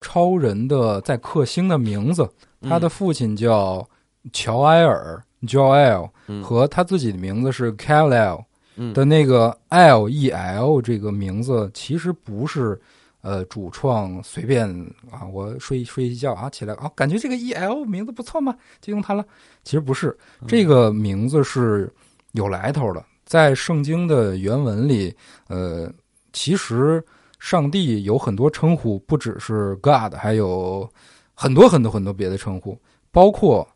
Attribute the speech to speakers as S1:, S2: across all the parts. S1: 超人的在克星的名字，
S2: 嗯
S1: 他的父亲叫乔埃尔 （Joel），、
S2: 嗯
S1: 和他自己的名字是 Kal-el
S2: 嗯
S1: 的那个 L E L 这个名字，其实不是呃主创随便啊，我睡睡一觉啊起来啊，感觉这个 E L 名字不错嘛，就用它了。其实不是，这个名字是有来头的，在圣经的原文里，呃，其实上帝有很多称呼，不只是 God，还有很多很多很多别的称呼，包括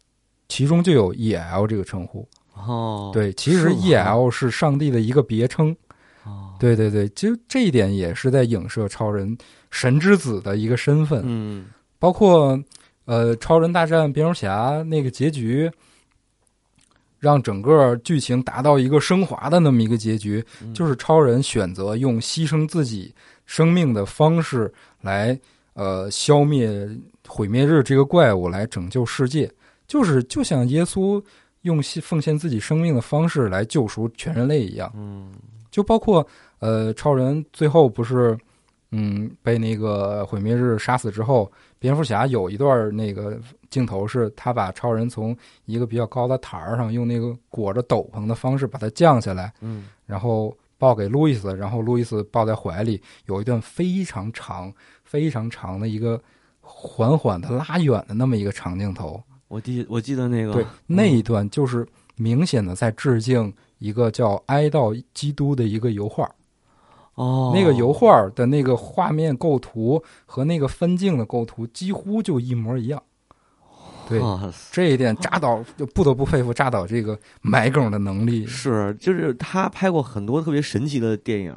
S1: 其中就有 EL 这个称呼。
S2: 哦，
S1: 对，其实
S2: 是吗
S1: EL 是上帝的一个别称。
S2: 哦，
S1: 对对对，其实这一点也是在影射超人神之子的一个身份。
S2: 嗯
S1: 包括呃，《超人大战蝙蝠侠》那个结局，让整个剧情达到一个升华的那么一个结局，就是超人选择用牺牲自己生命的方式来呃消灭毁灭日这个怪物，来拯救世界，就是就像耶稣用牺奉献自己生命的方式来救赎全人类一样。
S2: 嗯
S1: 就包括呃，超人最后不是嗯被那个毁灭日杀死之后，蝙蝠侠有一段那个镜头是他把超人从一个比较高的台儿上用那个裹着斗篷的方式把他降下来，
S2: 嗯
S1: 然后抱给路易斯，然后路易斯抱在怀里，有一段非常长、非常长的一个缓缓的拉远的那么一个长镜头。
S2: 我记我记得那个哦
S1: 对，那
S2: 嗯
S1: 一段就是明显的在致敬一个叫《哀悼基督》的一个油画。
S2: 哦，
S1: 那个油画的那个画面构图和那个分镜的构图几乎就一模一样。对
S2: 哇塞
S1: 这一点，扎导就不得不佩服扎导这个买梗的能力。
S2: 是，就是他拍过很多特别神奇的电影，